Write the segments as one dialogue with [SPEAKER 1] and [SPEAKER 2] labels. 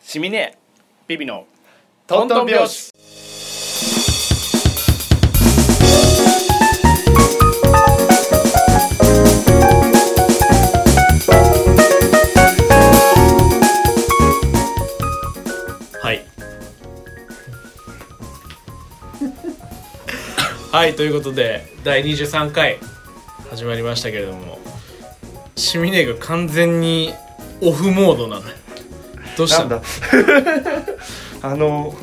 [SPEAKER 1] シミネビビの
[SPEAKER 2] トントン拍子
[SPEAKER 1] はい
[SPEAKER 2] はいということで第23回始まりましたけれどもシミネが完全にオフモードなのよどうし
[SPEAKER 3] な
[SPEAKER 2] た
[SPEAKER 3] ん
[SPEAKER 2] の
[SPEAKER 3] だ あの、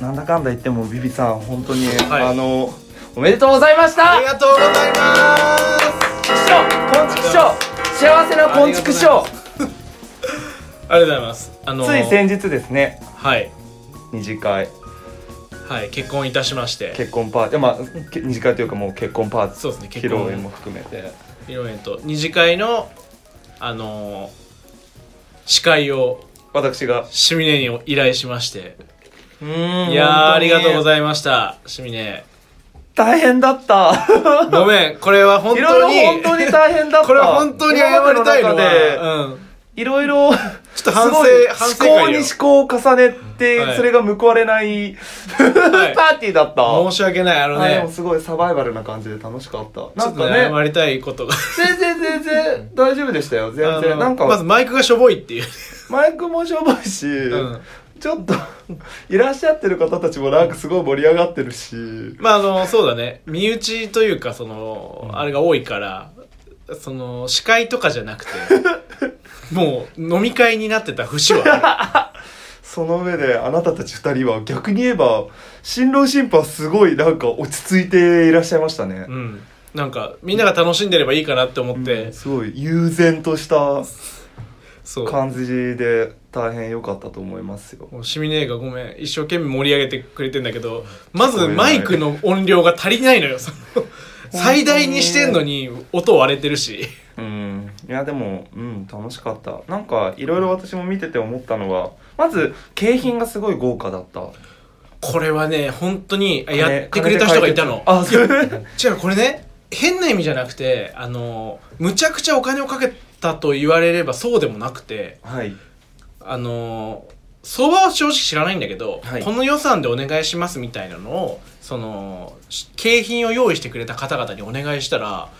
[SPEAKER 3] なんだかんだ言ってもビビさん本当に、
[SPEAKER 2] い
[SPEAKER 3] あのおめでとうございました
[SPEAKER 2] ありがとうございます
[SPEAKER 3] 畜生昆虫賞幸せな昆虫賞
[SPEAKER 2] ありがとうございますあの
[SPEAKER 3] つい先日ですね
[SPEAKER 2] はい
[SPEAKER 3] 二次会
[SPEAKER 2] はい結婚いたしまして
[SPEAKER 3] 結婚パーティーまあけ二次会というかもう結婚パーティー
[SPEAKER 2] そうですね
[SPEAKER 3] 披
[SPEAKER 2] 結
[SPEAKER 3] 露宴も
[SPEAKER 2] 婚
[SPEAKER 3] 含めて
[SPEAKER 2] 披露宴と二次会のあのー司会を
[SPEAKER 3] 私が
[SPEAKER 2] シミネに依頼しまして
[SPEAKER 3] い
[SPEAKER 2] いやーありがとうご
[SPEAKER 3] います
[SPEAKER 2] ざいましたシミネ
[SPEAKER 3] 大変だった
[SPEAKER 2] ごめんこれは本
[SPEAKER 3] いろ
[SPEAKER 2] 当に
[SPEAKER 3] いろ本当に大変だった
[SPEAKER 2] これは本当に謝りたいの
[SPEAKER 3] 今まで中で
[SPEAKER 2] は、うん、
[SPEAKER 3] いろいろ
[SPEAKER 2] ちょっと反省反省
[SPEAKER 3] すごい思考
[SPEAKER 2] 会よ
[SPEAKER 3] に思考を重ねて、
[SPEAKER 2] はい
[SPEAKER 3] それが報われない、
[SPEAKER 2] い
[SPEAKER 3] パーティーだった。
[SPEAKER 2] 申し訳ないあの
[SPEAKER 3] あでも
[SPEAKER 2] ね
[SPEAKER 3] すごいサバイバルな感じで楽しかった。
[SPEAKER 2] ち
[SPEAKER 3] な
[SPEAKER 2] ょっ
[SPEAKER 3] ん
[SPEAKER 2] と
[SPEAKER 3] か
[SPEAKER 2] ね謝
[SPEAKER 3] ね、
[SPEAKER 2] りたいことが
[SPEAKER 3] 全然全然大丈夫でしたよ。全
[SPEAKER 2] あの
[SPEAKER 3] 然。なんか、
[SPEAKER 2] まずマイクがしょぼいっていう、
[SPEAKER 3] マイクもしょぼいし、
[SPEAKER 2] うん、
[SPEAKER 3] ちょっと、いらっしゃってる方たちもなんかすごい盛り上がってるし、
[SPEAKER 2] まああのそうだね身内というかその、あれが多いからその司会とかじゃな くてもう飲み会になってた節はあ
[SPEAKER 3] その上であなたたち二人は逆に言えば、新郎新婦はすごいなんか落ち着いていらっしゃいましたね
[SPEAKER 2] る、。うん、なんかみんなが楽しんでればいいかなって思って、
[SPEAKER 3] うんすごい悠然とした
[SPEAKER 2] そう
[SPEAKER 3] 感じで大変良かったと思いますよ
[SPEAKER 2] もうシミネーがごめん一生懸命盛り上げてくれてんだけどま
[SPEAKER 3] 聞こ
[SPEAKER 2] ず
[SPEAKER 3] えない
[SPEAKER 2] マイクの音量が足りないの よその最大にしてんのに音割れてるし
[SPEAKER 3] うんいやでもうん楽しかったなんかいろいろ私も見てて思ったのはまず景品がすごい豪華だった
[SPEAKER 2] これはね本当にあ
[SPEAKER 3] 金
[SPEAKER 2] やってくれた人がいたの
[SPEAKER 3] 金で解決あ
[SPEAKER 2] 違うこれね変な意味じゃなくてあのむちゃくちゃお金をかけたと言われればそうでもなくて
[SPEAKER 3] そうはい
[SPEAKER 2] あの相場は正直知らないんだけど、
[SPEAKER 3] はい
[SPEAKER 2] この予算でお願いしますみたいなのをそのし景品を用意してくれた方々にお願いしたら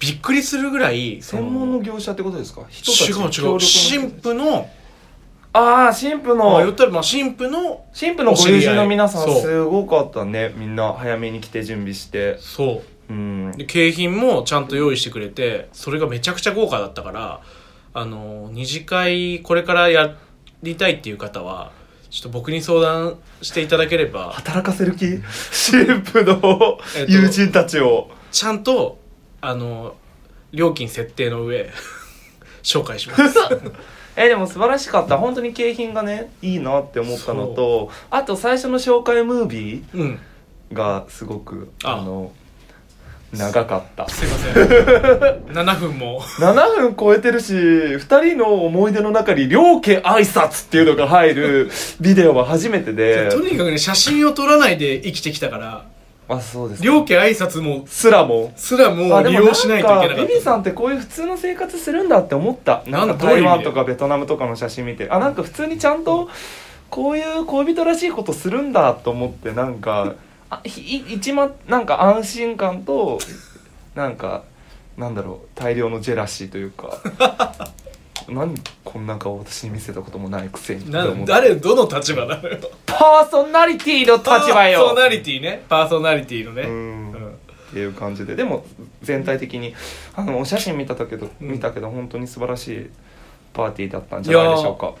[SPEAKER 2] びっくりするぐらいそ
[SPEAKER 3] 専門の業者ってことですか人たち
[SPEAKER 2] 違う違う新婦の
[SPEAKER 3] ああ神父
[SPEAKER 2] まあ言っ
[SPEAKER 3] の
[SPEAKER 2] たらまあ新婦の
[SPEAKER 3] 神父のご友人の皆さん
[SPEAKER 2] お知り合い
[SPEAKER 3] すごかったねみんな早めに来て準備して
[SPEAKER 2] そう
[SPEAKER 3] うん
[SPEAKER 2] で景品もちゃんと用意してくれてそれがめちゃくちゃ豪華だったからあの二次会これからやりたいっていう方はちょっと僕に相談していただければ
[SPEAKER 3] 働かせる気 神父の
[SPEAKER 2] えっと
[SPEAKER 3] 友人たちを、
[SPEAKER 2] ちゃんとあの料金設定の上 紹介します
[SPEAKER 3] えでも素晴らしかった本当に景品がねいいなって思ったのとあと最初の紹介ムービ
[SPEAKER 2] うん
[SPEAKER 3] ーがすごく
[SPEAKER 2] あ
[SPEAKER 3] あの長かった
[SPEAKER 2] すいません 7分も
[SPEAKER 3] 7分超えてるし2人の思い出の中に「両家挨拶っていうのが入るビデオは初めてで
[SPEAKER 2] とにかくね写真を撮らないで生きてきたから
[SPEAKER 3] あそうです
[SPEAKER 2] 両家挨拶も
[SPEAKER 3] すらも
[SPEAKER 2] すらも
[SPEAKER 3] あ
[SPEAKER 2] う
[SPEAKER 3] で
[SPEAKER 2] 利
[SPEAKER 3] も
[SPEAKER 2] 用しないといけなか
[SPEAKER 3] ん
[SPEAKER 2] っ
[SPEAKER 3] ビビさんってこういう普通の生活するんだって思った
[SPEAKER 2] な
[SPEAKER 3] なんん
[SPEAKER 2] か
[SPEAKER 3] か
[SPEAKER 2] どういう意
[SPEAKER 3] 台
[SPEAKER 2] 味
[SPEAKER 3] 湾とかベトナムとかの写真見てあなんか普通にちゃんとこういう恋人らしいことするんだと思ってなんかあひい一まなんか安心感となんかなんだろう大量のジェラシーというか 何こんな顔私に見せたこともないくせに
[SPEAKER 2] た
[SPEAKER 3] って思
[SPEAKER 2] な
[SPEAKER 3] って
[SPEAKER 2] 誰どの立場なのよ
[SPEAKER 3] パーソナリティの立場
[SPEAKER 2] パーソ
[SPEAKER 3] よ
[SPEAKER 2] ナリティねパーソナリティのね、
[SPEAKER 3] うん
[SPEAKER 2] うん
[SPEAKER 3] っていう感じででも全体的にあのお写真見ただけど、
[SPEAKER 2] うん
[SPEAKER 3] 見たけど本当に素晴らしいパーティーだったんじゃないでしょうか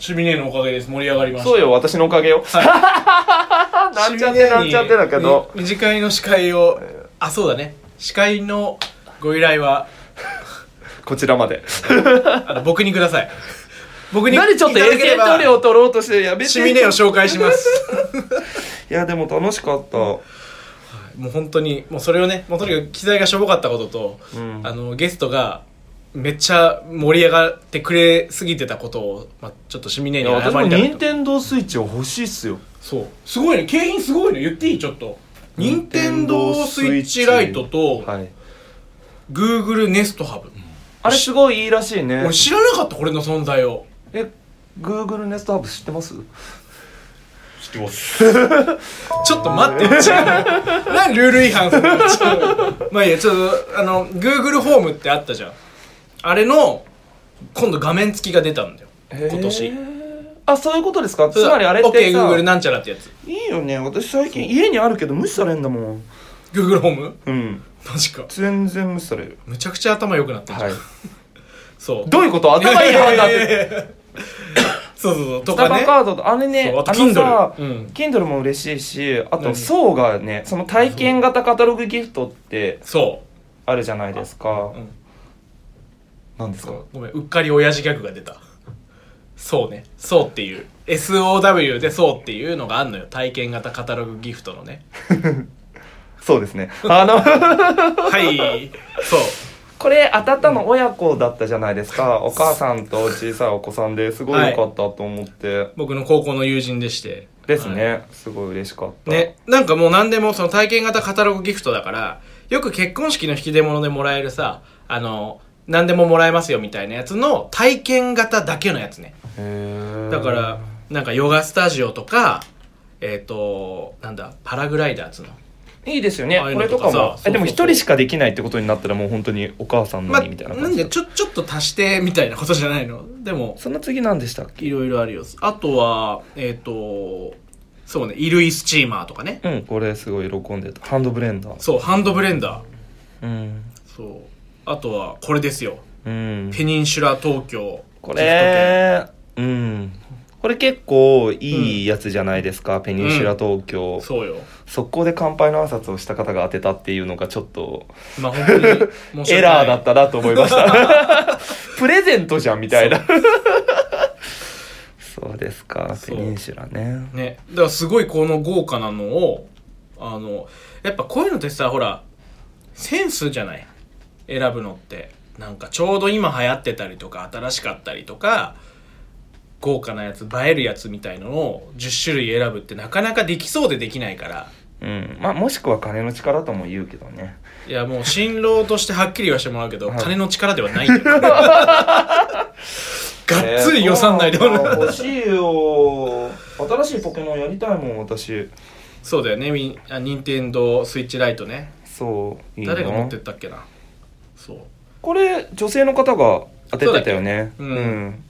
[SPEAKER 2] シミネのおかげです盛り上がりました
[SPEAKER 3] そうよ私のおかげよ、 なんちゃってなんちゃってだけど
[SPEAKER 2] に二次会の司会をあそうだね司会のご依頼は
[SPEAKER 3] こちらまで
[SPEAKER 2] あの 僕にください僕に
[SPEAKER 3] 何ちょっと
[SPEAKER 2] いただ
[SPEAKER 3] 衛
[SPEAKER 2] けれ
[SPEAKER 3] 生
[SPEAKER 2] ば
[SPEAKER 3] 塗料を取ろうとしてやめて
[SPEAKER 2] シミネを紹介します
[SPEAKER 3] いやでも楽しかった、
[SPEAKER 2] もう本当にもうそれをねもうとにかく機材がしょぼかったことと、
[SPEAKER 3] うん
[SPEAKER 2] あのゲストがめっちゃ盛り上がってくれすぎてたことを、まあ、ちょっとシミネ
[SPEAKER 3] い
[SPEAKER 2] に
[SPEAKER 3] や
[SPEAKER 2] 謝り
[SPEAKER 3] 私
[SPEAKER 2] た
[SPEAKER 3] も
[SPEAKER 2] いなと
[SPEAKER 3] 任天堂スイッチを欲しいっすよ
[SPEAKER 2] そうすごいね景品すごいね言っていいちょっと任天堂スイッチライトと
[SPEAKER 3] はい、
[SPEAKER 2] Google ネストハブ
[SPEAKER 3] あれすごいいいらしいね
[SPEAKER 2] 俺知らなかったこれの存在を
[SPEAKER 3] え Google ネストハブ知ってます
[SPEAKER 1] 知ってます。
[SPEAKER 2] ちょっと待って、違う。何ルール違反するの違うまあいいや、ちょっと、あの、Google ホームってあったじゃん。あれの、今度画面付きが出たんだよ。今
[SPEAKER 3] へ
[SPEAKER 2] 年。
[SPEAKER 3] ーあそういうことですかつまりあれってさ
[SPEAKER 2] OK、Google なんちゃらってやつ。
[SPEAKER 3] いいよね私最近家にあるけど無視されんだもん
[SPEAKER 2] Google ホーム
[SPEAKER 3] うん
[SPEAKER 2] マジか。
[SPEAKER 3] 全然無視される
[SPEAKER 2] むちゃくちゃ頭良くなってるじゃん。
[SPEAKER 3] はい
[SPEAKER 2] そう。
[SPEAKER 3] どういうこと頭いい判 断って
[SPEAKER 2] て。そうそうそう。と
[SPEAKER 3] スタ
[SPEAKER 2] か
[SPEAKER 3] バ
[SPEAKER 2] ね。
[SPEAKER 3] カードとあれね
[SPEAKER 2] そうあと
[SPEAKER 3] あのさ
[SPEAKER 2] Kindle うん
[SPEAKER 3] Kindle も嬉しいしあと
[SPEAKER 2] 何
[SPEAKER 3] 層がねその体験型カタログギフトって
[SPEAKER 2] そ
[SPEAKER 3] あるじゃないですか
[SPEAKER 2] う。うん。
[SPEAKER 3] 何です
[SPEAKER 2] そ
[SPEAKER 3] か
[SPEAKER 2] うごめん、うっかり親父ギャグが出た。そうね。そうっていう。SOW でそうっていうのがあんのよ。体験型カタログギフトのね。
[SPEAKER 3] そうで すねあの
[SPEAKER 2] はい。そう。
[SPEAKER 3] これ当たったの親子だったじゃないですかお母さんと小さいお子さんですごい良かったと思って、
[SPEAKER 2] 僕の高校の友人でして。
[SPEAKER 3] です
[SPEAKER 2] は
[SPEAKER 3] ねすごい嬉しかっ
[SPEAKER 2] い。
[SPEAKER 3] た
[SPEAKER 2] ね。なんかもう何でもその体験型カタログギフトだから、よく結婚式の引き出物でもらえるさ、あの、何でももらえますよみたいなやつの体験型だけのやつね。
[SPEAKER 3] へー
[SPEAKER 2] だから、なんかヨガスタジオとか、えっ、と、なんだ、パラグライダーっつうの。
[SPEAKER 3] いいですよね
[SPEAKER 2] ああいう
[SPEAKER 3] こ
[SPEAKER 2] の
[SPEAKER 3] れ
[SPEAKER 2] と
[SPEAKER 3] と
[SPEAKER 2] か
[SPEAKER 3] かも
[SPEAKER 2] さ
[SPEAKER 3] えでも
[SPEAKER 2] そう
[SPEAKER 3] 一
[SPEAKER 2] そうそう
[SPEAKER 3] 人しかできないってことになったらもう本当にお母さんの
[SPEAKER 2] まあ、
[SPEAKER 3] にみたいな
[SPEAKER 2] な
[SPEAKER 3] 感
[SPEAKER 2] ん
[SPEAKER 3] じ
[SPEAKER 2] でちょ、ちょっと足してみたいなことじゃないのでも、
[SPEAKER 3] その次何でしたっけ
[SPEAKER 2] いろいろあるよ。あとは、えっ、と、そうね、衣類スチーマーとかね。
[SPEAKER 3] うんこれすごい喜んでたハンドブレンダー
[SPEAKER 2] そう、ハンドブレンダー。
[SPEAKER 3] うん
[SPEAKER 2] そう。あとは、これですよ。
[SPEAKER 3] うん
[SPEAKER 2] ペニンシュラ東京。
[SPEAKER 3] こ
[SPEAKER 2] ギフ
[SPEAKER 3] れうんこれ結構いいやつじゃないですか、ペニンシュラ東京、
[SPEAKER 2] ト券そうよ。
[SPEAKER 3] 速攻で乾杯の挨拶をした方が当てたっていうのがちょっと
[SPEAKER 2] まあ、本当に申し訳ない
[SPEAKER 3] エラーだったなと思いました プレゼントじゃんみたいなそうですか
[SPEAKER 2] そ
[SPEAKER 3] ペ
[SPEAKER 2] う
[SPEAKER 3] ニンシュラね
[SPEAKER 2] ね。だからすごいこの豪華なのを、あの、やっぱこういうのってさ、ほら、センスじゃない選ぶのって。なんかちょうど今流行ってたりとか、新しかったりとか、豪華なやつ、映えるやつみたいのを10種類選ぶってなかなかできそうでできないから、
[SPEAKER 3] うんまあもしくは金の力とも言うけどね
[SPEAKER 2] いやもう新郎としてはっきり言わせてもらうけど、
[SPEAKER 3] はい
[SPEAKER 2] 金の力ではない よ。がっつり予算内でもらう
[SPEAKER 3] 欲しいよ新しいポケモンやりたいもん私
[SPEAKER 2] そうだよね、みんあ任天堂スイッチライトね。
[SPEAKER 3] そういいな
[SPEAKER 2] 誰が持ってったっけな。そう。
[SPEAKER 3] これ女性の方が当ててたよね
[SPEAKER 2] そうだっけうん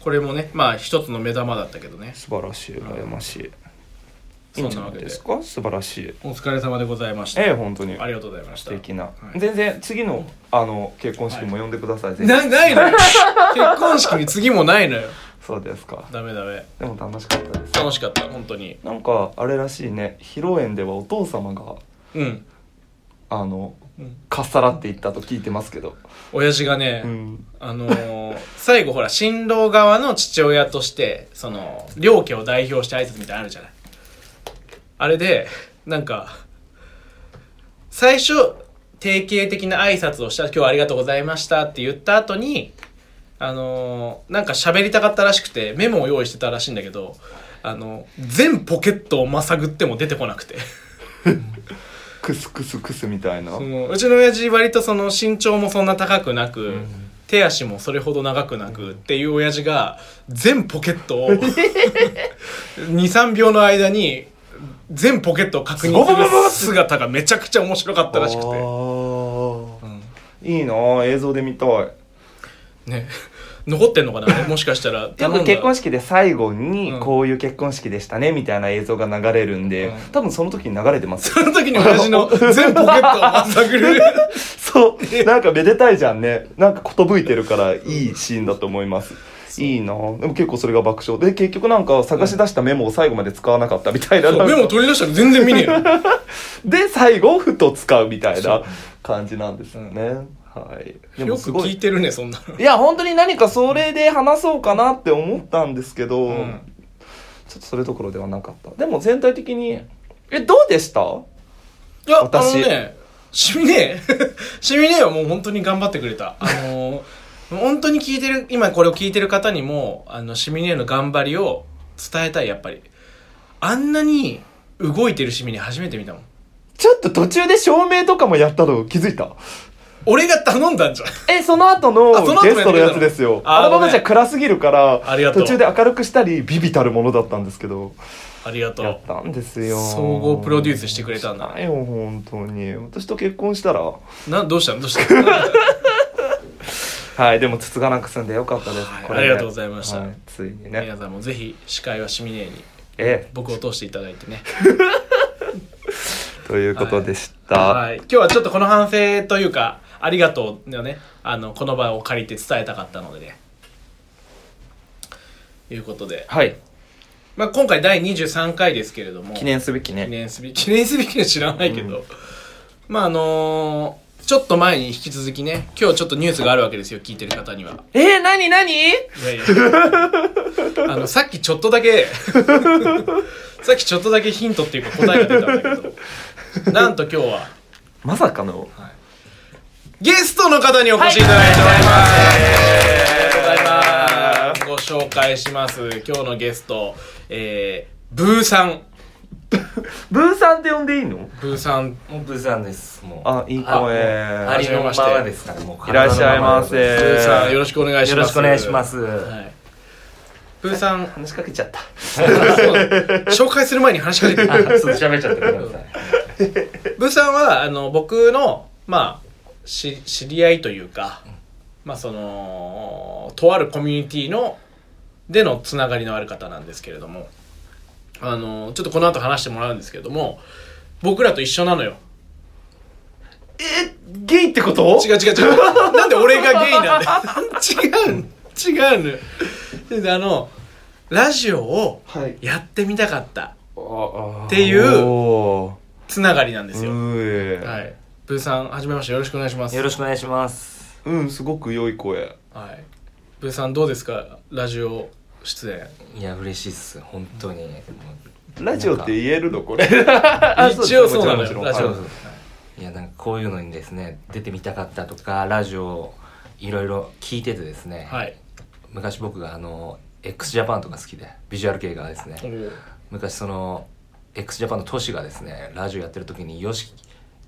[SPEAKER 2] これもね、まあ一つの目玉だったけどね。
[SPEAKER 3] 素晴らしい羨ましいいい
[SPEAKER 2] そ
[SPEAKER 3] ん
[SPEAKER 2] ん
[SPEAKER 3] じ
[SPEAKER 2] な
[SPEAKER 3] ゃな
[SPEAKER 2] わ
[SPEAKER 3] い
[SPEAKER 2] け
[SPEAKER 3] で。
[SPEAKER 2] です
[SPEAKER 3] か素晴らしい
[SPEAKER 2] お疲れ様でございました。
[SPEAKER 3] ええ本当に
[SPEAKER 2] ありがとうございまし
[SPEAKER 3] 素
[SPEAKER 2] た。
[SPEAKER 3] 敵な
[SPEAKER 2] はい
[SPEAKER 3] 全然次のあの結婚式も呼んでくださいぜひ
[SPEAKER 2] な、ないのよ。結婚式に次もないのよ。
[SPEAKER 3] そうですか
[SPEAKER 2] ダメダメ。
[SPEAKER 3] でも楽しかったです
[SPEAKER 2] 楽しかった、本当に。
[SPEAKER 3] なんかあれらしいね披露宴ではお父様が
[SPEAKER 2] うん。
[SPEAKER 3] あの
[SPEAKER 2] うん
[SPEAKER 3] かっさらっていったと聞いてますけど
[SPEAKER 2] 親父がね、
[SPEAKER 3] うん
[SPEAKER 2] あのー最後ほら、新郎側の父親として、その、両家を代表して挨拶みたいなのあるじゃない。あれで、なんか、最初、定型的な挨拶をした、今日はありがとうございましたって言った後に、あのーなんか喋りたかったらしくて、メモを用意してたらしいんだけど、あの、全ポケットをまさぐっても出てこなくて。
[SPEAKER 3] クスクスクスみたいな
[SPEAKER 2] そのうちの親父割とその身長もそんな高くなく、手足もそれほど長くなくっていう親父が全ポケットを 23秒の間に全ポケットを確認する姿がめちゃくちゃ面白かったらしく
[SPEAKER 3] あ
[SPEAKER 2] て、う
[SPEAKER 3] ー
[SPEAKER 2] ん
[SPEAKER 3] いいなあ映像で見たい
[SPEAKER 2] ね、残ってんのかなもしかしたら
[SPEAKER 3] よ
[SPEAKER 2] 頼ん
[SPEAKER 3] く
[SPEAKER 2] だ
[SPEAKER 3] 結婚式で最後に
[SPEAKER 2] うん
[SPEAKER 3] こういう結婚式でしたねみたいな映像が流れるんで、
[SPEAKER 2] うん
[SPEAKER 3] 多分その時に流れてますよ
[SPEAKER 2] その時に親父 の全ポケットをまさぐる
[SPEAKER 3] そうなんかめでたいじゃんねなんか寿いてるからいいシーンだと思いますいいなあでも結構それが爆笑で結局なんか探し出したメモを最後まで使わなかったみたいな,、
[SPEAKER 2] そうメモ取り出したら全然見ねえよ
[SPEAKER 3] で最後ふと使うみたい
[SPEAKER 2] そ
[SPEAKER 3] な
[SPEAKER 2] う
[SPEAKER 3] 感じなんですよね、はいで
[SPEAKER 2] よく聞いてるねそんなの
[SPEAKER 3] いや、本当に何かそれで話そうかなって思ったんですけど、
[SPEAKER 2] うん
[SPEAKER 3] ちょっとそれどころではなかった。でも全体的に、え、どうでした
[SPEAKER 2] いや、
[SPEAKER 3] 私
[SPEAKER 2] あのね、しみねえ。 しみねえはもう本当に頑張ってくれた。あのー、本当に聞いてる、今これを聞いてる方にも、あの、しみねえの頑張りを伝えたい、やっぱり。あんなに動いてるしみねえ初めて見たもん。
[SPEAKER 3] ちょっと途中で照明とかもやったの気づいた
[SPEAKER 2] 俺が頼んだんじゃん
[SPEAKER 3] えその後
[SPEAKER 2] あその
[SPEAKER 3] の
[SPEAKER 2] 後も
[SPEAKER 3] ゲストのや
[SPEAKER 2] やってくれた
[SPEAKER 3] つ
[SPEAKER 2] の
[SPEAKER 3] ですよ
[SPEAKER 2] あー
[SPEAKER 3] アルバムじゃ
[SPEAKER 2] ごめん
[SPEAKER 3] 暗すぎるから
[SPEAKER 2] ありがとう
[SPEAKER 3] 途中で明るくしたりビビたるものだったんですけど
[SPEAKER 2] ありがと
[SPEAKER 3] やっ
[SPEAKER 2] う
[SPEAKER 3] たんですよ
[SPEAKER 2] 総合プロデュースしてくれたんだ
[SPEAKER 3] したよ本当に私と結婚したら
[SPEAKER 2] などうしたのどうしたの
[SPEAKER 3] はいでもつつがなく済んでよかったです、
[SPEAKER 2] はい
[SPEAKER 3] これで
[SPEAKER 2] ありがとうございました
[SPEAKER 3] はいついにね
[SPEAKER 2] 皆さんもぜひ司会はシミネーに
[SPEAKER 3] え
[SPEAKER 2] 僕を通していただいてね
[SPEAKER 3] えということでした、
[SPEAKER 2] はい今日はちょっとこの反省というかありがとうのねあのこの場を借りて伝えたかったのでねいうことで、
[SPEAKER 3] はい
[SPEAKER 2] まあ、今回第23回ですけれども
[SPEAKER 3] 記念すべきね
[SPEAKER 2] 記念すべき記念すべきは知らないけど、まああのーちょっと前に引き続きね今日ちょっとニュースがあるわけですよ聞いてる方には
[SPEAKER 3] えー、なになに
[SPEAKER 2] いやいや あのさっきちょっとだ けさっきちょっとだけヒントっていうか答えが出たんだけどなんと今日は
[SPEAKER 3] まさかの
[SPEAKER 2] ゲストの方にお越しいただいております。ご紹介します。今日のゲスト、えー、ブーさん。
[SPEAKER 3] ブーさんって呼んでいいの
[SPEAKER 2] ブーさん、
[SPEAKER 4] もうブザンです。もう。
[SPEAKER 3] あいい声
[SPEAKER 4] ありのままですから、もう。
[SPEAKER 3] いらっしゃいませ
[SPEAKER 4] よ
[SPEAKER 2] ブーさん、よろしくお願いします。
[SPEAKER 4] ろしくお願いします。
[SPEAKER 2] はい。ブーさん、
[SPEAKER 3] 話しかけちゃった
[SPEAKER 2] 紹介する前に話しかけてく
[SPEAKER 4] あ
[SPEAKER 2] れ
[SPEAKER 4] ちょっと喋っちゃってください。
[SPEAKER 2] ブーさんは、あの、僕の、まあ、し、知り合いというか、まあ、その、とあるコミュニティの、でのつながりのある方なんですけれども、あの、ちょっとこの後話してもらうんですけども、僕らと一緒なのよ。
[SPEAKER 3] えゲイってこと
[SPEAKER 2] 違う違う違う。なんで俺がゲイなんだよ。違う、違うの。であの、ラジオを
[SPEAKER 3] はい
[SPEAKER 2] やってみたかった
[SPEAKER 3] って
[SPEAKER 2] いう
[SPEAKER 3] お
[SPEAKER 2] つながりなんですよ。
[SPEAKER 3] ーうえ
[SPEAKER 2] はい。ブーさん、はじめまして。よろしくお願いします。
[SPEAKER 4] よろしくお願いします。
[SPEAKER 3] うんすごく良い声
[SPEAKER 2] はい。ブーさん、どうですかラジオ出演。
[SPEAKER 4] いや、嬉しいっす。本当に。も
[SPEAKER 3] ラジオって言えるのこれ
[SPEAKER 2] 一応そうなの
[SPEAKER 3] もちろ
[SPEAKER 2] よ。
[SPEAKER 3] ん
[SPEAKER 2] ラジ
[SPEAKER 4] ちろ
[SPEAKER 2] オ
[SPEAKER 4] ん。ういや、なんかこういうのにですね、出てみたかったとか、ラジオをいろいろ聞いててですね、
[SPEAKER 2] はい。
[SPEAKER 4] 昔僕があの、x ジャパンとか好きで、ビジュアル系がですね、昔その x ジャパンのトシがですねラジオやってる時に YOSHIKI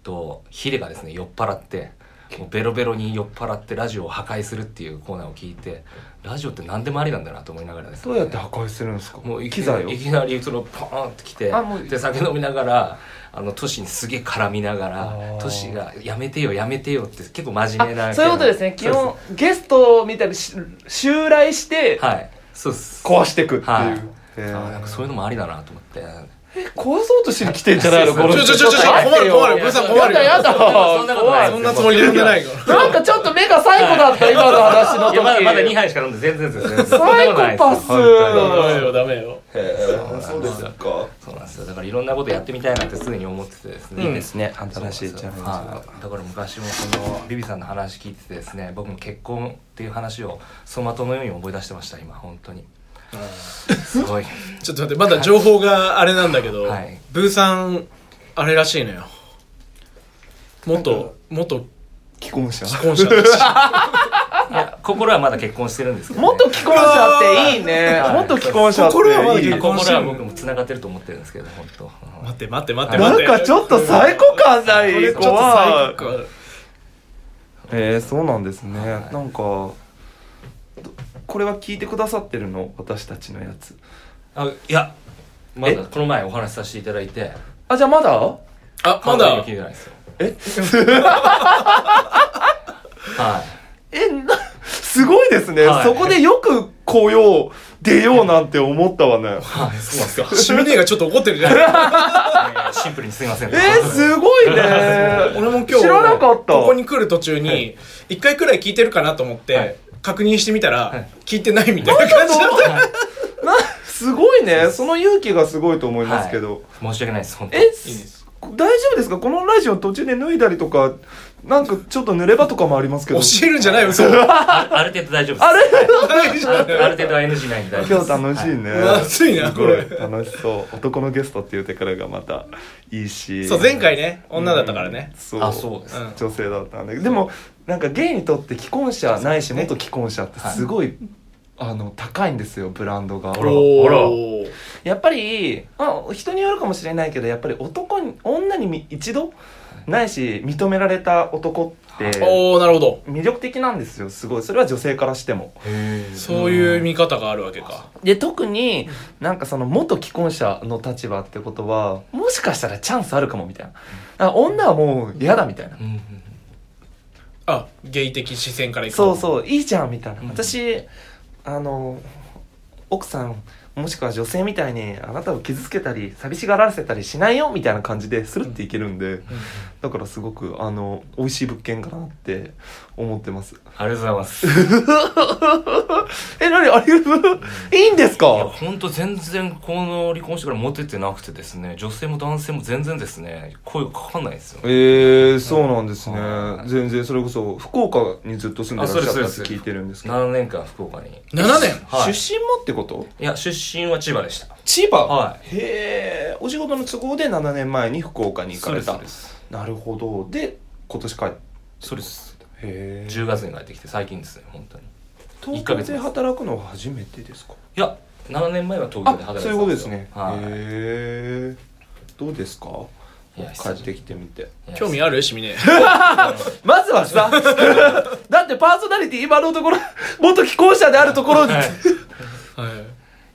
[SPEAKER 4] とヒデがですね酔っ払ってもうベロベロに酔っ払ってラジオを破壊するっていうコーナーを聞いてラジオって何でもありなんだなと思いながらです
[SPEAKER 3] ど
[SPEAKER 4] ね
[SPEAKER 3] うやって破壊するんですか
[SPEAKER 4] もういき
[SPEAKER 3] 機
[SPEAKER 4] な
[SPEAKER 3] 材を
[SPEAKER 4] りいきなりそのポーンってきて
[SPEAKER 3] あもう
[SPEAKER 4] で酒飲みながらあのトシにすげえ絡みなが
[SPEAKER 3] あ
[SPEAKER 4] ら
[SPEAKER 3] ー
[SPEAKER 4] トシが「やめてよやめてよ」って結構真面目な
[SPEAKER 3] そういうことですね基本ゲストみたいにし襲来して
[SPEAKER 4] はいそうです
[SPEAKER 3] 壊してくっていう、
[SPEAKER 4] はい
[SPEAKER 3] へ
[SPEAKER 4] あ
[SPEAKER 3] ー
[SPEAKER 4] ーなんかそういうのもありだなと思って
[SPEAKER 3] え壊そうとしに来てんじゃないのこの人
[SPEAKER 2] ちょちょちょちょ困る困るブーさん困るよ
[SPEAKER 3] やだやだ
[SPEAKER 4] そんなことない
[SPEAKER 2] そんなつもりで呼んでないから。
[SPEAKER 3] なんかちょっと目が最後だった今の話の
[SPEAKER 4] い
[SPEAKER 3] 時
[SPEAKER 4] やまだまだ2杯しか飲んで全然全然全然
[SPEAKER 3] サイコパス
[SPEAKER 4] そんなことないで
[SPEAKER 2] ダメよ、
[SPEAKER 4] す
[SPEAKER 2] ダメよ。
[SPEAKER 3] へーそうですか
[SPEAKER 4] そうなんですよだからいろんなことやってみたいなって常に思っててですね、
[SPEAKER 2] いいです
[SPEAKER 3] ね
[SPEAKER 4] そうな
[SPEAKER 3] 新
[SPEAKER 4] んです
[SPEAKER 3] し
[SPEAKER 4] よ
[SPEAKER 3] いチャレンジが
[SPEAKER 4] はいだから昔もそのビビさんの話聞いててですね僕も結婚っていう話を走馬灯のように思い出してました今本当にすごい
[SPEAKER 2] ちょっと待って、まだ情報があれなんだけど
[SPEAKER 4] はい、
[SPEAKER 2] ブーさん、あれらしいのよ。元、元
[SPEAKER 3] 既婚者
[SPEAKER 2] 既婚者だし。
[SPEAKER 4] いや心はまだ結婚してるんですけど、ね、
[SPEAKER 3] 元既婚者っていい ね元既婚者って
[SPEAKER 2] 心はまだ
[SPEAKER 3] いい
[SPEAKER 2] 既婚
[SPEAKER 4] 心は僕も繋がってると思ってるんですけど本当、
[SPEAKER 2] 待って待って待って待っ
[SPEAKER 3] な
[SPEAKER 2] て。
[SPEAKER 3] んかちょっとサイコ感な
[SPEAKER 2] これ
[SPEAKER 3] い
[SPEAKER 2] ちょっと最
[SPEAKER 3] 怖い
[SPEAKER 2] 高か。
[SPEAKER 3] えー、そうなんですね、
[SPEAKER 4] はい
[SPEAKER 3] なんかどこれは聞いてくださってるの私たちのやつ
[SPEAKER 4] あいやま
[SPEAKER 3] え
[SPEAKER 4] だこの前お話しさせていただいて
[SPEAKER 3] あじゃあまだ
[SPEAKER 2] あ、まだ
[SPEAKER 4] 聞い、てないですよ
[SPEAKER 3] え
[SPEAKER 4] はい
[SPEAKER 3] えな すごいですね、
[SPEAKER 4] はい
[SPEAKER 3] そこでよく来よう出ようなんて思ったわね
[SPEAKER 4] はいそうなんですよ
[SPEAKER 2] シミネーがちょっと怒ってるじゃない
[SPEAKER 4] シンプルにすいません。
[SPEAKER 3] えー、すごいね
[SPEAKER 2] 俺も今日、
[SPEAKER 3] 知らなかった
[SPEAKER 2] ここに来る途中に、一回くらい聞いてるかなと思っ
[SPEAKER 4] はい
[SPEAKER 2] て、確認してみた
[SPEAKER 4] は
[SPEAKER 2] ら
[SPEAKER 4] い、
[SPEAKER 2] 聞いてないみたいな感じだった。
[SPEAKER 3] なすごいねその勇気がすごいと思いますけど、
[SPEAKER 4] 申し訳ないです、本当
[SPEAKER 3] えす大丈夫ですかこのラジオ途中で脱いだりとかなんかちょっと濡れ場とかもありますけど
[SPEAKER 2] 教えるんじゃない嘘。大
[SPEAKER 4] あある程度大丈夫です。
[SPEAKER 3] あれ
[SPEAKER 2] 丈
[SPEAKER 4] あるある
[SPEAKER 2] 夫
[SPEAKER 4] 程度は NG ないんで大丈夫
[SPEAKER 3] 今
[SPEAKER 4] で
[SPEAKER 3] 日
[SPEAKER 4] す。
[SPEAKER 3] 楽しいね、
[SPEAKER 2] はい熱いな
[SPEAKER 3] すご
[SPEAKER 2] これ
[SPEAKER 3] 楽しそう男のゲストっていう手からがまたいいし
[SPEAKER 2] そう、前回ね、女だったからね。
[SPEAKER 3] そう
[SPEAKER 4] あそうです
[SPEAKER 2] うん
[SPEAKER 3] 女性だったんだけどでもなんかゲイにとって既婚者ないし元既婚者ってすごい、あの高いんですよブランドが
[SPEAKER 2] お
[SPEAKER 4] あ
[SPEAKER 2] ー
[SPEAKER 3] やっぱり、まあ、人によるかもしれないけどやっぱり男に女にみ一度ないし認められた男って
[SPEAKER 2] おおなるほど
[SPEAKER 3] 魅力的なんですよすごいそれは女性からしても
[SPEAKER 2] そういう見方があるわけか
[SPEAKER 3] で特になんかその元既婚者の立場ってことはもしかしたらチャンスあるかもみたいなだから女はもう嫌だみたいな
[SPEAKER 4] うんうん
[SPEAKER 2] あゲイ的視線からいく
[SPEAKER 3] そう
[SPEAKER 2] う
[SPEAKER 3] そういいじゃんみたいな
[SPEAKER 4] うん
[SPEAKER 3] 私あの奥さんもしくは女性みたいにあなたを傷つけたり寂しがらせたりしないよみたいな感じでスルっていけるんでだからすごくあの美味しい物件かなって思ってます
[SPEAKER 4] ありがとうございます
[SPEAKER 3] え何ありがとういいんです
[SPEAKER 4] いや
[SPEAKER 3] か
[SPEAKER 4] 本当全然この離婚してからモテてなくてですね女性も男性も全然ですね声がかかんないですよ
[SPEAKER 3] えー、そうなんですね
[SPEAKER 4] はい
[SPEAKER 3] 全然それこそ福岡にずっと住んでらっしゃった
[SPEAKER 4] あ
[SPEAKER 3] っ
[SPEAKER 4] そうです
[SPEAKER 3] て
[SPEAKER 4] そうです
[SPEAKER 3] 聞いてるんですけど
[SPEAKER 4] 7年間福岡に
[SPEAKER 2] 7年
[SPEAKER 4] はい
[SPEAKER 3] 出身もってこと
[SPEAKER 4] いや出身は千葉でした
[SPEAKER 3] 千葉、
[SPEAKER 4] はい
[SPEAKER 3] へえお仕事の都合で7年前に福岡に行かれた
[SPEAKER 4] そうです
[SPEAKER 3] なるほどで今年帰って
[SPEAKER 4] そうです
[SPEAKER 3] へ
[SPEAKER 4] 10月に帰ってきて最近ですね本当に
[SPEAKER 3] 東
[SPEAKER 4] い一ヶ
[SPEAKER 3] 京
[SPEAKER 4] 月
[SPEAKER 3] で
[SPEAKER 4] です
[SPEAKER 3] 働くのは初めてですか
[SPEAKER 4] や7年前は東京
[SPEAKER 3] あ
[SPEAKER 4] で働いてたんです
[SPEAKER 3] そう
[SPEAKER 4] よ
[SPEAKER 3] いうことですね、
[SPEAKER 4] は
[SPEAKER 3] へえどうですか
[SPEAKER 4] いや
[SPEAKER 3] 帰ってきてみて
[SPEAKER 4] い
[SPEAKER 2] 興味
[SPEAKER 4] あ
[SPEAKER 2] あるし みね
[SPEAKER 3] まずは さだってパーソナリティ今のところ元既婚者であるところに、
[SPEAKER 2] はい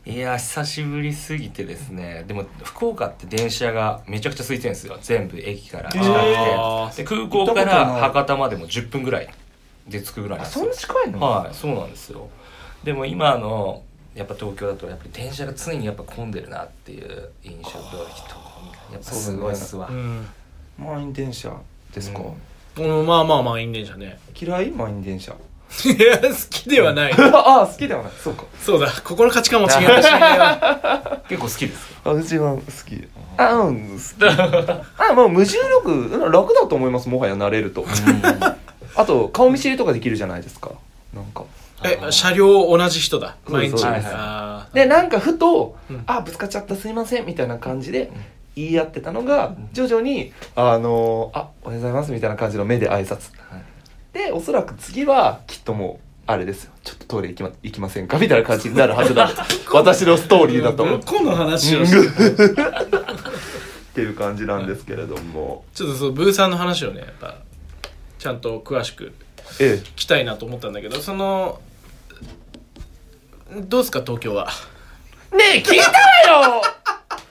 [SPEAKER 4] いや久しぶりすぎてですねでも福岡って電車がめちゃくちゃ空いてるんですよ全部駅から近く
[SPEAKER 2] あー
[SPEAKER 4] てで空港か
[SPEAKER 3] 行ったこと
[SPEAKER 4] ら
[SPEAKER 3] ない
[SPEAKER 4] 博多までも10分ぐらいで着くぐらい
[SPEAKER 3] あ
[SPEAKER 4] です
[SPEAKER 3] そんな近いの、
[SPEAKER 4] はい、そうなんですよでも今のやっぱ東京だとやっぱり電車が常にやっぱ混んでるなっていう印象と人混みがやっぱすごいっすわ、
[SPEAKER 2] うん
[SPEAKER 3] 満員電車ですか、
[SPEAKER 4] うん
[SPEAKER 2] うんまあまあまあいいんでんじゃね
[SPEAKER 3] 嫌い満員電車
[SPEAKER 2] いや好きではない
[SPEAKER 3] ああ好きではないそうか
[SPEAKER 2] そうだここの価値観も違う し
[SPEAKER 4] 結構好きですか
[SPEAKER 3] あうちは好きあうん好き あもう無重力うん楽だと思いますもはや慣れるとあと顔見知りとかできるじゃないですかなんか
[SPEAKER 2] え車両同じ人だ
[SPEAKER 3] そう
[SPEAKER 2] 毎
[SPEAKER 3] です
[SPEAKER 2] 日
[SPEAKER 3] そう
[SPEAKER 4] です
[SPEAKER 2] あー
[SPEAKER 3] でなんかふと
[SPEAKER 2] うん
[SPEAKER 3] 「あぶつかっちゃったすいません」みたいな感じで言い合ってたのが徐々に「あのあおはようございます」みたいな感じの目で挨拶
[SPEAKER 4] はい
[SPEAKER 3] でおそらく次はきっともうあれですよちょっとトイレ行きま行きませんかみたいな感じになるはずなんです 私のストーリーだとっ
[SPEAKER 2] この話をして
[SPEAKER 3] ていう感じなんですけれども
[SPEAKER 2] ちょっとそうブーさんの話をねやっぱちゃんと詳しく
[SPEAKER 3] ええ
[SPEAKER 2] 聞きたいなと思ったんだけどそのどうですか東京は
[SPEAKER 3] ねえ聞いたわよ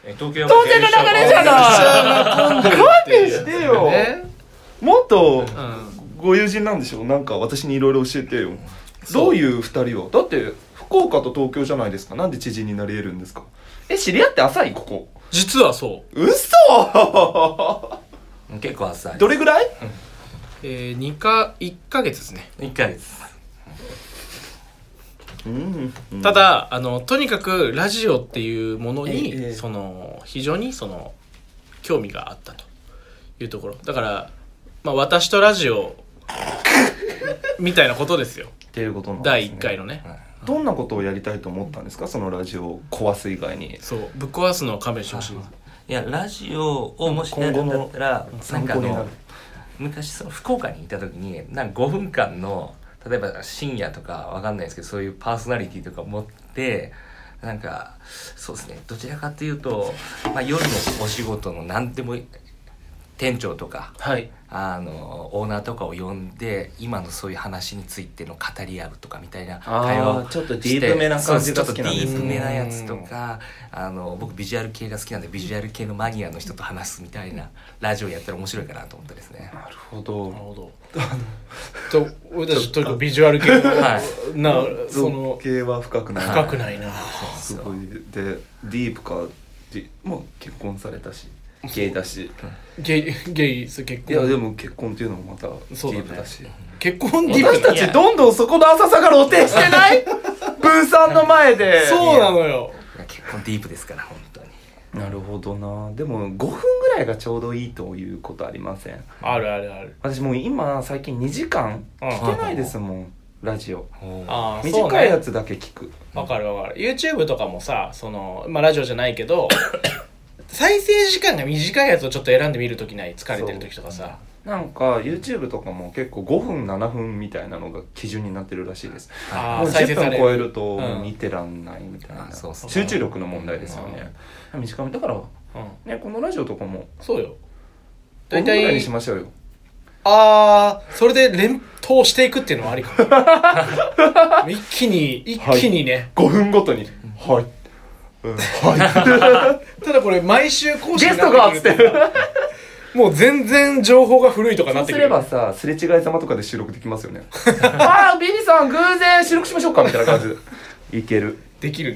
[SPEAKER 4] え東京は
[SPEAKER 3] 当然の流れじゃない勘
[SPEAKER 2] てい
[SPEAKER 3] 弁
[SPEAKER 2] う
[SPEAKER 3] してよ、
[SPEAKER 2] ね
[SPEAKER 3] もっと
[SPEAKER 2] うん
[SPEAKER 3] ご友人なんでしょうなんか私にいろいろ教えてよどういう二人をだって福岡と東京じゃないですかなんで知人になり得るんですかえ知り合って浅いここ
[SPEAKER 2] 実はそう
[SPEAKER 3] 嘘
[SPEAKER 4] 結構浅い
[SPEAKER 3] どれぐらい
[SPEAKER 2] えー、2か1か月ですね、
[SPEAKER 4] 1回です
[SPEAKER 3] うん
[SPEAKER 2] ただあのとにかくラジオっていうものに、
[SPEAKER 3] ええ
[SPEAKER 2] その非常にその興味があったというところだから、まあ、私とラジオみたいなことですよ
[SPEAKER 3] っていうことなんで
[SPEAKER 2] 第
[SPEAKER 3] す、ね、
[SPEAKER 2] 1回のね
[SPEAKER 3] どんなことをやりたいと思ったんですかそのラジオを壊す以外に
[SPEAKER 2] そうぶっ壊すのを勘弁してほしい
[SPEAKER 4] いやラジオをもしやるんだったらなん
[SPEAKER 3] 参
[SPEAKER 4] か
[SPEAKER 3] 考
[SPEAKER 4] あ
[SPEAKER 3] になる
[SPEAKER 4] の昔その福岡にいた時になんか5分間の例えば深夜とかわかんないですけどそういうパーソナリティとか持ってなんかそうですねどちらかというと、まあ、夜のお仕事の何でも店長とか
[SPEAKER 2] はい
[SPEAKER 4] あのオーナーとかを呼んで今のそういう話についての語り合うとかみたいな
[SPEAKER 3] あー
[SPEAKER 4] 会話を
[SPEAKER 3] ちょっと
[SPEAKER 4] して
[SPEAKER 3] ディープめな感じが好きなんですね
[SPEAKER 4] そうちょっとディープめなやつとかあの僕ビジュアル系が好きなんでビジュアル系のマニアの人と話すみたいなラジオやったら面白いかなと思ってですね
[SPEAKER 3] なるほ
[SPEAKER 2] な
[SPEAKER 3] ど
[SPEAKER 2] るほど と俺たちとにかくビジュアル系 の、
[SPEAKER 4] は
[SPEAKER 2] なそ
[SPEAKER 3] 造
[SPEAKER 2] の
[SPEAKER 3] 形は深くない
[SPEAKER 2] 深くないな
[SPEAKER 3] すごいでディープかでもう結婚されたしゲイだし
[SPEAKER 2] ゲイゲイそう結
[SPEAKER 3] いや
[SPEAKER 2] 婚
[SPEAKER 3] でも結婚っていうのもまたデ
[SPEAKER 2] そうだね
[SPEAKER 3] ィープだし
[SPEAKER 2] 結婚ディープ
[SPEAKER 3] 私
[SPEAKER 2] な
[SPEAKER 3] たちどんどんそこの浅さが露呈してない ブーさんの前で
[SPEAKER 2] そうなのよ
[SPEAKER 4] いや結構ディープですから本当に
[SPEAKER 3] なるほどなでも5分ぐらいがちょうどいいということありません
[SPEAKER 2] あるあるある
[SPEAKER 3] 私もう今最近2時間
[SPEAKER 2] うん
[SPEAKER 3] 聞けないですもんラジオ
[SPEAKER 2] あ
[SPEAKER 4] あ
[SPEAKER 2] あそう
[SPEAKER 3] 短いや
[SPEAKER 2] ね
[SPEAKER 3] つだけ聞く
[SPEAKER 2] わかるわかる YouTube とかもさそのまあラジオじゃないけ ど再生時間が短いやつをちょっと選んでみるときない疲れてるときとかさ
[SPEAKER 3] なんか YouTube とかも結構5分7分みたいなのが基準になってるらしいです
[SPEAKER 2] あ
[SPEAKER 3] もう
[SPEAKER 2] ー再生
[SPEAKER 3] 10
[SPEAKER 2] さ
[SPEAKER 3] 分
[SPEAKER 2] れ
[SPEAKER 3] 超え
[SPEAKER 2] る
[SPEAKER 3] ると
[SPEAKER 2] うん
[SPEAKER 3] 見てらんないみたいな、
[SPEAKER 4] あそうそう
[SPEAKER 3] 集中力の問題ですよね、短めだから
[SPEAKER 2] うん
[SPEAKER 3] ねこのラジオとかも
[SPEAKER 2] そうよ
[SPEAKER 3] 5分ぐらいにし
[SPEAKER 2] あ
[SPEAKER 3] ましょうよ
[SPEAKER 2] あーそれで連投していくっていうのはありか も一気に一気にね、
[SPEAKER 3] 5分ごとにはい、うん、は
[SPEAKER 2] ただこれ毎週更
[SPEAKER 3] い
[SPEAKER 2] 新
[SPEAKER 3] ゲ
[SPEAKER 2] に
[SPEAKER 3] ストが
[SPEAKER 2] な
[SPEAKER 3] っ
[SPEAKER 2] っ
[SPEAKER 3] つって
[SPEAKER 2] く
[SPEAKER 3] て
[SPEAKER 2] るともう全然情報が古いとかな
[SPEAKER 3] そう
[SPEAKER 2] って
[SPEAKER 3] す
[SPEAKER 2] く
[SPEAKER 3] れ
[SPEAKER 2] る
[SPEAKER 3] ばさすれ違い様とかで収録できますよね ああビビさん偶然収録しましょうかみたいな感じでいける
[SPEAKER 2] できる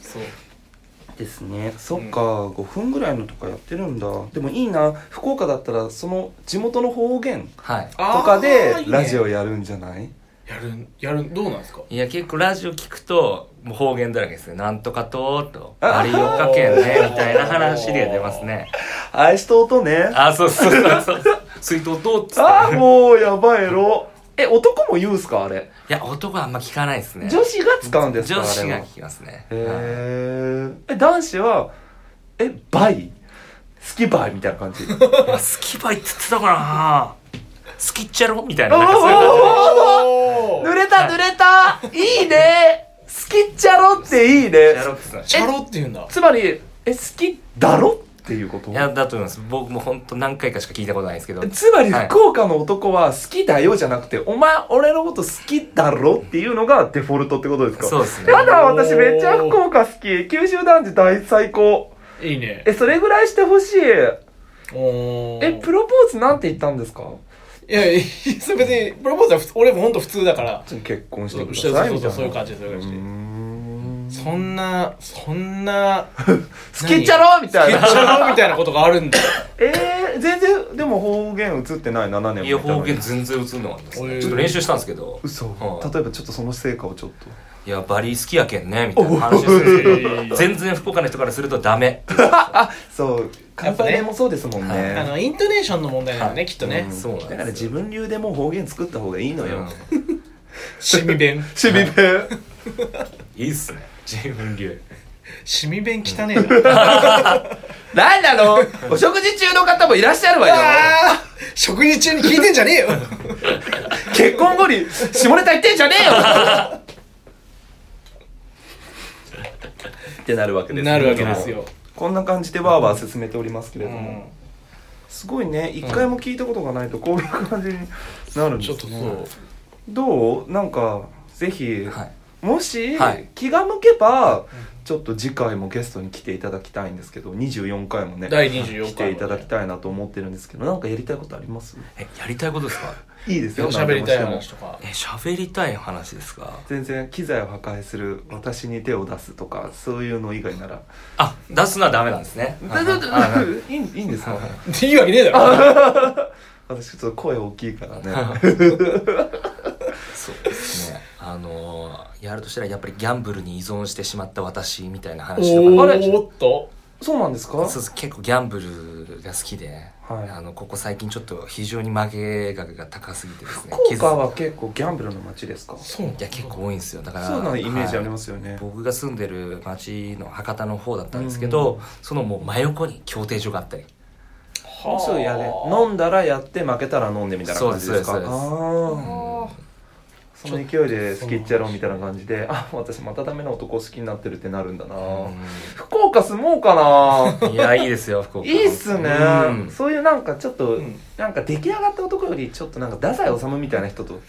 [SPEAKER 2] そう
[SPEAKER 3] ですねそっか、5分ぐらいのとかやってるんだでもいいな福岡だったらその地元の方言
[SPEAKER 4] はい
[SPEAKER 3] と
[SPEAKER 2] あー
[SPEAKER 3] かで
[SPEAKER 2] いいね
[SPEAKER 3] ラジオやるんじゃない
[SPEAKER 2] やるんやるんどうなんですか
[SPEAKER 4] いや結構ラジオ聞くともう方言だらけですねなんとかとーと
[SPEAKER 3] あ
[SPEAKER 4] 有岡県ねみたいな話で出ますね
[SPEAKER 3] 愛しとうとね
[SPEAKER 4] あそうそうそうそう 水筒とーっつって
[SPEAKER 3] ああもうやばいエロえ男も言うんすかあれ
[SPEAKER 4] いや男はあんま聞かないですね
[SPEAKER 3] 女子が使うんですか
[SPEAKER 4] 女子
[SPEAKER 3] あれは
[SPEAKER 4] が聞きますねはい
[SPEAKER 3] へーえ男子はえバイ好きバイみたいな感 じ
[SPEAKER 4] いや好きばいって言ってたからな好きっちゃろみたいななんかそういう感じで
[SPEAKER 3] おー濡れた濡れたいいね好きっちゃろっていいね
[SPEAKER 4] やろうって言って
[SPEAKER 2] チャロって言うんだ
[SPEAKER 3] つまりえ好きだろっていうこと
[SPEAKER 4] たいやだと思います僕も本当何回かしか聞いたことないですけど
[SPEAKER 3] つまり
[SPEAKER 4] はい
[SPEAKER 3] 福岡の男は好きだよじゃなくて、お前俺のこと好きだろっていうのがデフォルトってことですか
[SPEAKER 4] そうですね
[SPEAKER 3] やだ私めっちゃ福岡好き九州男児大最高
[SPEAKER 2] いいね
[SPEAKER 3] えそれぐらいしてほしい
[SPEAKER 2] おー
[SPEAKER 3] えプロポーズなんて言ったんですか
[SPEAKER 2] いやいや別にプロポーズは普通俺も本当普通だから
[SPEAKER 3] 結婚して
[SPEAKER 2] そう
[SPEAKER 3] く
[SPEAKER 2] そう
[SPEAKER 3] ださいみた
[SPEAKER 2] そ
[SPEAKER 3] いな
[SPEAKER 2] うそういう感じそういう感じ
[SPEAKER 3] うーん
[SPEAKER 2] そんなそんな
[SPEAKER 3] 好きっちゃろみたい
[SPEAKER 2] ケチ
[SPEAKER 3] な
[SPEAKER 2] ャ ロみたいなことがあるんだ
[SPEAKER 3] えー、全然でも方言映ってない7年も
[SPEAKER 4] いや
[SPEAKER 3] たのに
[SPEAKER 4] 方言全然映んなかったです
[SPEAKER 2] へ
[SPEAKER 4] ね
[SPEAKER 2] ー
[SPEAKER 4] ちょっと練習したんですけど
[SPEAKER 3] 嘘、
[SPEAKER 4] はい
[SPEAKER 3] 例えばちょっとその成果をちょっと
[SPEAKER 4] いやバリ好きやけんねみたいな話でするんですけど全然福岡の人からするとダメ
[SPEAKER 3] そう
[SPEAKER 2] や
[SPEAKER 3] 関
[SPEAKER 2] っぱね
[SPEAKER 3] 西弁もそうですもんね
[SPEAKER 2] あのイントネーションの問題なんだね、
[SPEAKER 4] はい
[SPEAKER 2] きっとね、
[SPEAKER 3] うん
[SPEAKER 4] そうなんですよ
[SPEAKER 3] だから自分流でもう方言作った方がいいのよ、
[SPEAKER 4] うん
[SPEAKER 2] シミ弁
[SPEAKER 3] シビペ
[SPEAKER 4] いいっすね自分流
[SPEAKER 2] シミ弁汚ねえ な
[SPEAKER 3] 何なのお食事中の方もいらっしゃるわよ
[SPEAKER 2] あー食事中に聞いてんじゃねえよ
[SPEAKER 3] 結婚後に下ネタ言ってんじゃねえよってなるわけ です
[SPEAKER 2] なるわけですよ、
[SPEAKER 3] こんな感じでわーわー進めておりますけれ
[SPEAKER 2] う
[SPEAKER 3] ども、
[SPEAKER 2] ん、
[SPEAKER 3] すごいね一回も聞いたことがないとこういう感じになるんで
[SPEAKER 2] ちょ
[SPEAKER 3] すね
[SPEAKER 2] っとそう
[SPEAKER 3] どうなんかぜひ、
[SPEAKER 4] はい
[SPEAKER 3] もし、
[SPEAKER 4] はい
[SPEAKER 3] 気が向けばちょっと次回もゲストに来ていただきたいんですけど24回もね
[SPEAKER 2] 第24回
[SPEAKER 3] 来ていただきたいなと思ってるんですけどなんかやりたいことあります
[SPEAKER 4] えやりたいことですか
[SPEAKER 3] いいですよ
[SPEAKER 2] おしゃべりたい
[SPEAKER 3] 何でも
[SPEAKER 2] 話
[SPEAKER 3] しても
[SPEAKER 2] とか
[SPEAKER 4] え喋りたい話ですか
[SPEAKER 3] 全然機材を破壊する私に手を出すとかそういうの以外なら
[SPEAKER 4] あ出すのはダメなんですね
[SPEAKER 3] だだだ いいいいんですか
[SPEAKER 2] いいわけねえだろ
[SPEAKER 3] 私ちょっと声大きいからね
[SPEAKER 4] そうですね。あのー、やるとしたらやっぱりギャンブルに依存してしまった私みたいな話と
[SPEAKER 2] お
[SPEAKER 4] か。
[SPEAKER 3] あれ
[SPEAKER 2] ーおっと
[SPEAKER 3] そうなんですか
[SPEAKER 4] そうそう結構ギャンブルが好きで、
[SPEAKER 3] はい
[SPEAKER 4] あのここ最近ちょっと非常に負け額が高すぎてですね
[SPEAKER 3] 福岡は結構ギャンブルの街ですか
[SPEAKER 2] そうなん
[SPEAKER 4] 傷いや結構多いんですよだから
[SPEAKER 3] そうなのイメージあり
[SPEAKER 4] は
[SPEAKER 3] ますよね、
[SPEAKER 4] い僕が住んでる町の博多の方だったんですけど、
[SPEAKER 3] うん
[SPEAKER 4] そのもう真横に競艇所があったり
[SPEAKER 2] はあ
[SPEAKER 3] そうやれ飲んだらやって負けたら飲んでみたいな感じですか
[SPEAKER 4] そうですそうで
[SPEAKER 3] あ
[SPEAKER 4] す
[SPEAKER 3] あその勢いで好きっちゃろみたいな感じであ私またダメな男好きになってるってなるんだな、
[SPEAKER 4] う
[SPEAKER 3] 福岡住もうか な
[SPEAKER 4] んいやいいですよ福岡
[SPEAKER 3] いいっすね、
[SPEAKER 4] うん
[SPEAKER 3] そういうなんかちょっと、
[SPEAKER 2] うん
[SPEAKER 3] なんか出来上がった男よりちょっとなんか太宰治みたいな人と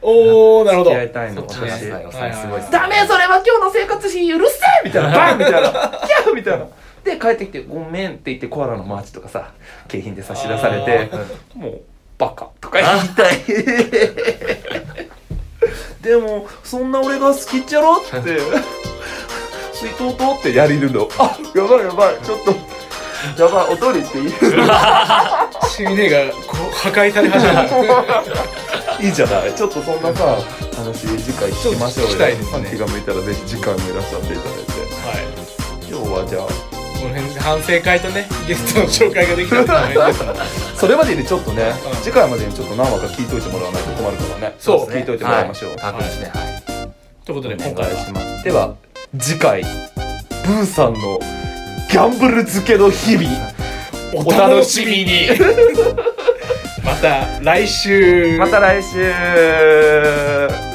[SPEAKER 2] おおなるほど
[SPEAKER 3] 付き合いたいの
[SPEAKER 2] そっち
[SPEAKER 4] はい
[SPEAKER 2] ね
[SPEAKER 4] はい
[SPEAKER 3] 私
[SPEAKER 4] はいすごいです
[SPEAKER 3] ダメそれは今日の生活費許せみたいなバンみたいなキャーみたいなで帰ってきて「ごめん」って言ってコアラのマーチとかさ景品で差し出されて「もうバカ」とか言いたいでもそんな俺が好きっちゃろって水筒通ってやりるのあやばいやばいちょっとやばいおとりっていい
[SPEAKER 2] シミネがこう破壊され始 めた
[SPEAKER 3] いいじゃないちょっとそんなさ話次回聞きましょうよ
[SPEAKER 2] ちょっと聞きたいですね
[SPEAKER 3] 気が向いたらぜひ次回もいらっしゃっていただいて。
[SPEAKER 2] はい
[SPEAKER 3] 今日はじゃあ
[SPEAKER 2] この辺で反省会とねゲストの紹介ができたら と思います
[SPEAKER 3] それまでにちょっとね、
[SPEAKER 2] うん
[SPEAKER 3] 次回までにちょっと何話か聞いといてもらわないと困るからね
[SPEAKER 2] そう
[SPEAKER 3] 聞いといてもらいましょう、
[SPEAKER 4] はい、確認してはい
[SPEAKER 2] ということで今
[SPEAKER 3] お
[SPEAKER 2] 回
[SPEAKER 3] 願い
[SPEAKER 2] は
[SPEAKER 3] しますでは次回ブーさんのギャンブル漬けの日々お楽しみに
[SPEAKER 2] また来週
[SPEAKER 3] また来週